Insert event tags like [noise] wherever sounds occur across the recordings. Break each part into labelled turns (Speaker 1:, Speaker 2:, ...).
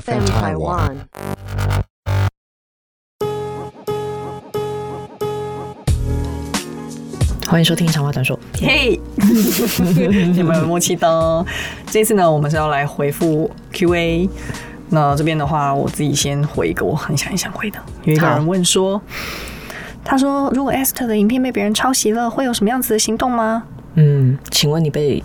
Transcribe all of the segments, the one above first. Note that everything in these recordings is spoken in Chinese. Speaker 1: FM Taiwan.
Speaker 2: 欢迎收听《长话短说》。
Speaker 3: [laughs] 嘿，你们默契的。这次呢，我们是要来回复 Q&A。那这边的话，我自己先回一个我很想很想回的。有一个人问说，他说如果 Esther 的影片被别人抄袭了，会有什么样子的行动吗？
Speaker 2: 嗯，请问你被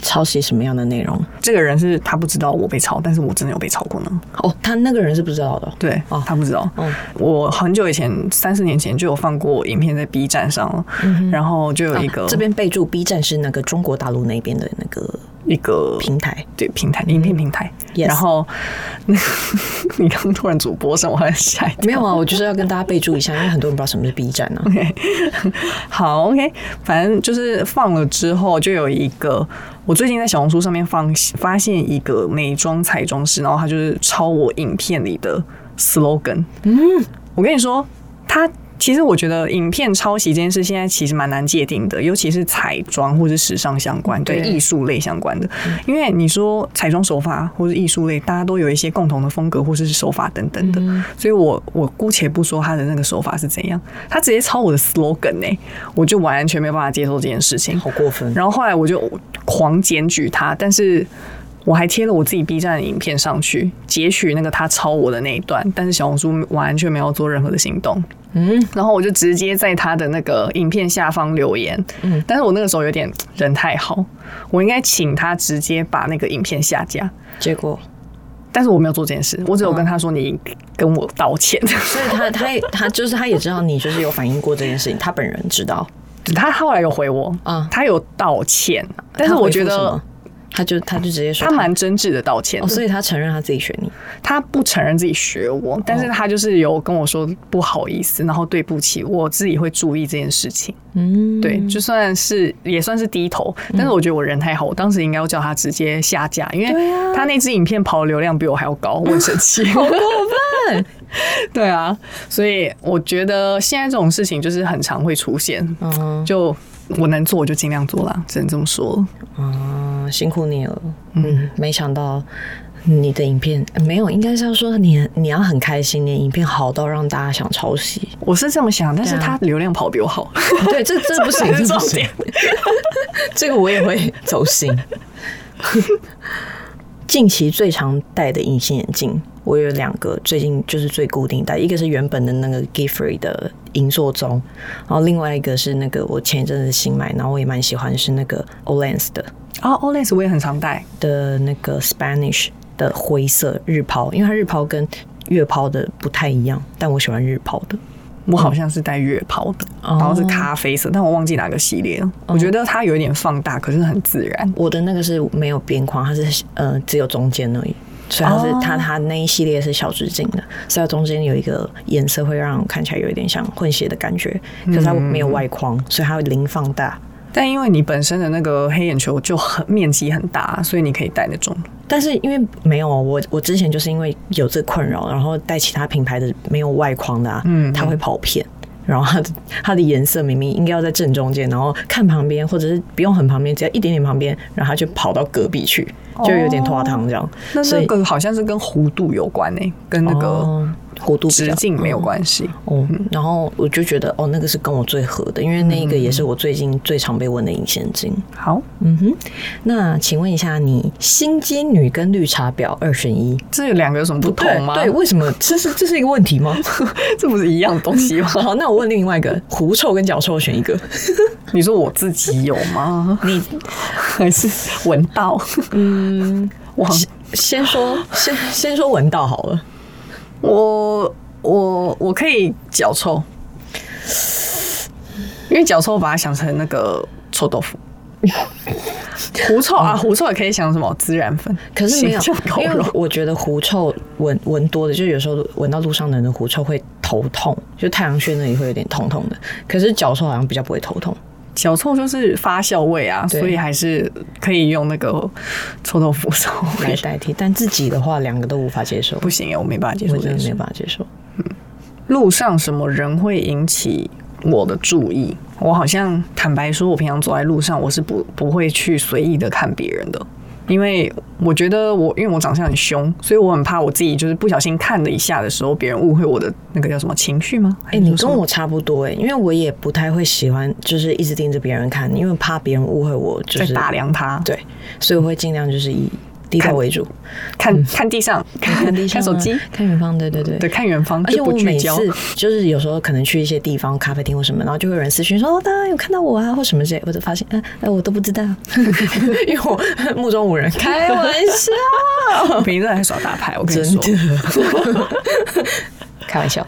Speaker 2: 抄袭什么样的内容？
Speaker 3: 这个人是他不知道我被抄，但是我真的有被抄过呢。
Speaker 2: 哦，他那个人是不知道的。
Speaker 3: 对，
Speaker 2: 哦
Speaker 3: 他不知道。
Speaker 2: 嗯
Speaker 3: 我很久以前，三四年前就有放过影片在 B 站上了，然后就有一个、
Speaker 2: 啊这边备注 B 站是那个中国大陆那边的那个
Speaker 3: 一个
Speaker 2: 平台。
Speaker 3: 对平台影片平台。
Speaker 2: 嗯 Yes
Speaker 3: 然后 [laughs] 那个你刚突然主播声，我还吓一跳。
Speaker 2: 没有啊，我就是要跟大家备注一下，因为很多人不知道什么是 B 站啊。
Speaker 3: [laughs] 好，OK，反正就是放了之后，就有一个我最近在小红书上面放发现一个美妆彩妆师，然后他就是抄我影片里的 slogan。嗯，我跟你说，他。其实我觉得影片抄袭这件事现在其实蛮难界定的，尤其是彩妆或是时尚相关、跟
Speaker 2: 对
Speaker 3: 艺术类相关的，因为你说彩妆手法或是艺术类，大家都有一些共同的风格或是手法等等的，所以我我姑且不说他的那个手法是怎样，他直接抄我的 slogan 呢、我就完全没有办法接受这件事情。
Speaker 2: 好过分！
Speaker 3: 然后后来我就狂检举他，但是我还贴了我自己 B 站的影片上去，截取那个他抄我的那一段，但是小红书完全没有做任何的行动。嗯，然后我就直接在他的那个影片下方留言。嗯，但是我那个时候有点人太好，我应该请他直接把那个影片下架，
Speaker 2: 结果，
Speaker 3: 但是我没有做这件事，我只有跟他说你跟我道歉。
Speaker 2: [laughs] 所以他他也他就是他也知道你就是有反映过这件事情，他本人知道。
Speaker 3: 他后来有回我，
Speaker 2: 嗯
Speaker 3: 他有道歉，但是
Speaker 2: 他回
Speaker 3: 我
Speaker 2: 复
Speaker 3: 觉
Speaker 2: 什
Speaker 3: 得
Speaker 2: 么。他就他就直接说
Speaker 3: 他蛮真挚的道歉的
Speaker 2: 哦，所以他承认他自己选你。
Speaker 3: 他不承认自己学我，但是他就是有跟我说不好意思，然后对不起，我自己会注意这件事情。
Speaker 2: 嗯，
Speaker 3: 对，就算是也算是低头，但是我觉得我人太好，我当时应该要叫他直接下架，因为他那支影片跑流量比我还要 [laughs] 高，我很生气。啊好过分！ [laughs] 对啊，所以我觉得现在这种事情就是很常会出现，
Speaker 2: 嗯
Speaker 3: 就我能做我就尽量做啦，只能这么说了。
Speaker 2: 嗯，辛苦你了。嗯，没想到你的影片呃没有，应该是要说你你要很开心，你的影片好到让大家想抄
Speaker 3: [laughs]
Speaker 2: 袭。
Speaker 3: 我是这么想，但是
Speaker 2: 对啊
Speaker 3: 他流量跑比我好，
Speaker 2: 对，这这不行，
Speaker 3: [laughs] 才是
Speaker 2: 这不
Speaker 3: 重
Speaker 2: 行
Speaker 3: 点，
Speaker 2: 这个我也会走心。 [laughs] 近期最常戴的隐形眼镜，我有两个，最近就是最固定戴，一个是原本的那个 Giffrey 的银座钟，然后另外一个是那个我前一阵子新买，然后我也蛮喜欢是那个 Olens 的，
Speaker 3: 哦，Olens 我也很常戴，
Speaker 2: 的那个 Spanish 的灰色日抛，因为它日抛跟月抛的不太一样，但我喜欢日抛的。
Speaker 3: 我好像是戴月抛的，
Speaker 2: 哦
Speaker 3: 然后是咖啡色，但我忘记哪个系列了。我觉得它有一点放大，可是很自然。
Speaker 2: 我的那个是没有边框，它是呃只有中间而已，所以它是、
Speaker 3: 哦
Speaker 2: 它它那一系列是小直径的，所以它中间有一个颜色会让看起来有一点像混血的感觉，可是它没有外框，所以它会零放大。
Speaker 3: 但因为你本身的那个黑眼球就很面积很大，所以你可以戴那种。
Speaker 2: 但是因为没有我，我之前就是因为有这困扰，然后带其他品牌的没有外框的、啊，嗯，它会跑偏。然后它的它的颜色明明应该要在正中间，然后看旁边或者是不用很旁边，只要一点点旁边，然后它就跑到隔壁去，
Speaker 3: 哦
Speaker 2: 就有点拖堂这样。
Speaker 3: 那
Speaker 2: 所
Speaker 3: 那
Speaker 2: 以
Speaker 3: 个好像是跟弧度有关诶、跟那个
Speaker 2: 哦弧度比较
Speaker 3: 直径没有关系。
Speaker 2: 哦，然后我就觉得哦，那个是跟我最合的，因为那一个也是我最近最常被问的隐形眼镜。
Speaker 3: 好，
Speaker 2: 嗯哼，那请问一下你，心机女跟绿茶婊二选一，
Speaker 3: 这有两个有什么不同吗？
Speaker 2: 对，对为什么这是这是一个问题 [laughs] 吗？？
Speaker 3: 这不是一样的东西
Speaker 2: [laughs]
Speaker 3: 吗
Speaker 2: 好，那我问另外一个，狐臭跟脚臭选一个。
Speaker 3: 你说我自己有吗？
Speaker 2: 你
Speaker 3: [laughs] 还是闻到？嗯， [laughs] 我好像
Speaker 2: 先 [laughs] 说，先先说闻到好了。
Speaker 3: 我我我可以脚臭，因为脚臭我把它想成那个臭豆腐。狐臭啊，狐臭也可以想什么孜然粉，
Speaker 2: 可是没有
Speaker 3: 形象，烤
Speaker 2: 因为
Speaker 3: 肉
Speaker 2: 我觉得狐臭闻闻多了，就有时候闻到路上的人的狐臭会头痛，就太阳穴那里会有点痛痛的。可是脚臭好像比较不会头痛。
Speaker 3: 脚臭就是发酵味啊，
Speaker 2: 对
Speaker 3: 所以还是可以用那个臭豆腐烧
Speaker 2: 来
Speaker 3: 味。
Speaker 2: 代替，但自己的话，两个都无法接受，
Speaker 3: 不行耶，欸我没办法接受
Speaker 2: 我
Speaker 3: 这
Speaker 2: 真
Speaker 3: 件
Speaker 2: 的
Speaker 3: 事
Speaker 2: 没。办法接受。
Speaker 3: 路上什么人会引起我的注意？我好像坦白说，我平常走在路上，我是不不会去随意的看别人的。因为我觉得我因为我长相很凶，所以我很怕我自己就是不小心看了一下的时候，别人误会我的那个叫什么情绪吗？
Speaker 2: 哎、你跟我差不多哎、因为我也不太会喜欢，就是一直盯着别人看，因为怕别人误会我，就
Speaker 3: 在
Speaker 2: 是
Speaker 3: 打量他，
Speaker 2: 对，所以我会尽量就是以低调为主，
Speaker 3: 看看地上，看
Speaker 2: 看地上啊
Speaker 3: 手机，
Speaker 2: 看远方，对对对
Speaker 3: 对，。看远方，
Speaker 2: 而且
Speaker 3: 就
Speaker 2: 我
Speaker 3: 不聚
Speaker 2: 每
Speaker 3: 焦。
Speaker 2: 次就是有时候可能去一些地方咖啡厅或什么，然后就会有人私讯说：“哦，大家有看到我啊，或什么之类。”我就发现，哎、哎，我都不知道， [laughs] 因为我目中无人。开玩笑，
Speaker 3: 每一个人还耍大牌，我跟你
Speaker 2: [laughs] 真
Speaker 3: 说，
Speaker 2: 的， [laughs] 开玩笑。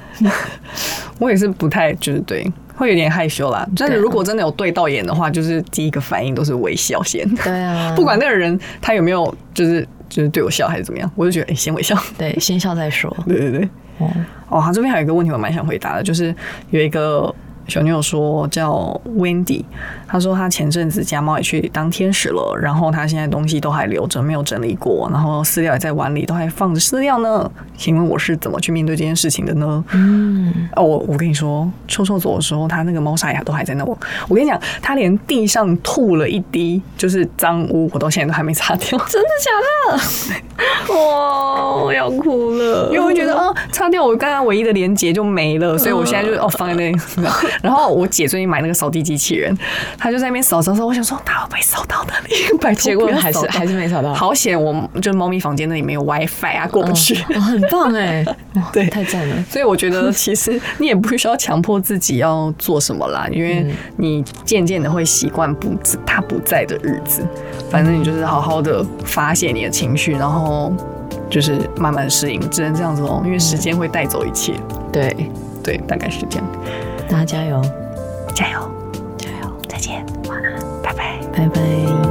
Speaker 3: 我也是不太就是对，会有点害羞啦。但是
Speaker 2: 对啊
Speaker 3: 如果真的有对到眼的话，就是第一个反应都是微笑先，
Speaker 2: 对啊，
Speaker 3: 不管那个人他有没有就是就是对我笑还是怎么样，我就觉得哎、先微笑。 [laughs]
Speaker 2: 对，先笑再说。
Speaker 3: 对对对，
Speaker 2: 哦，
Speaker 3: 哦，他这边还有一个问题我蛮想回答的，就是有一个小妞有说叫 Wendy，她说她前阵子家猫也去当天使了，然后她现在东西都还留着，没有整理过，然后饲料也在碗里，都还放着饲料呢。请问我是怎么去面对这件事情的呢？
Speaker 2: 嗯，
Speaker 3: 哦，我我跟你说，臭臭走的时候，他那个猫砂也都还在那。我我跟你讲，他连地上吐了一滴，就是脏污，我到现在都还没擦掉， [laughs]
Speaker 2: 真的假的？哇，我要哭了，
Speaker 3: 因为我会觉得，哦，擦掉我刚刚唯一的连接就没了，所以我
Speaker 2: 嗯
Speaker 3: 现在就哦放在那里。 [laughs] 然后我姐最近买那个扫地机器人，她就在那边扫扫扫，我想说她会不会扫到那里？ [laughs] 拜托
Speaker 2: 结果
Speaker 3: 不要
Speaker 2: 还是
Speaker 3: 扫到
Speaker 2: 还是没扫到
Speaker 3: 好险，我就是猫咪房间那里没有 WiFi 啊，过不
Speaker 2: 嗯
Speaker 3: 去。
Speaker 2: 哦很棒哎，哇
Speaker 3: 对
Speaker 2: 太赞了。
Speaker 3: 所以我觉得， [laughs] 其实嗯你也不需要强迫自己要做什么啦，因为你渐渐的会习惯不自他不在的日子。反正你就是好好的发泄你的情绪，然后就是慢慢适应，只能这样子哦，因为时间会带走一切。
Speaker 2: 对，
Speaker 3: 嗯对，大概是这样。
Speaker 2: 大家加油，
Speaker 3: 加油，加油，再见，晚安，拜拜。
Speaker 2: 拜拜。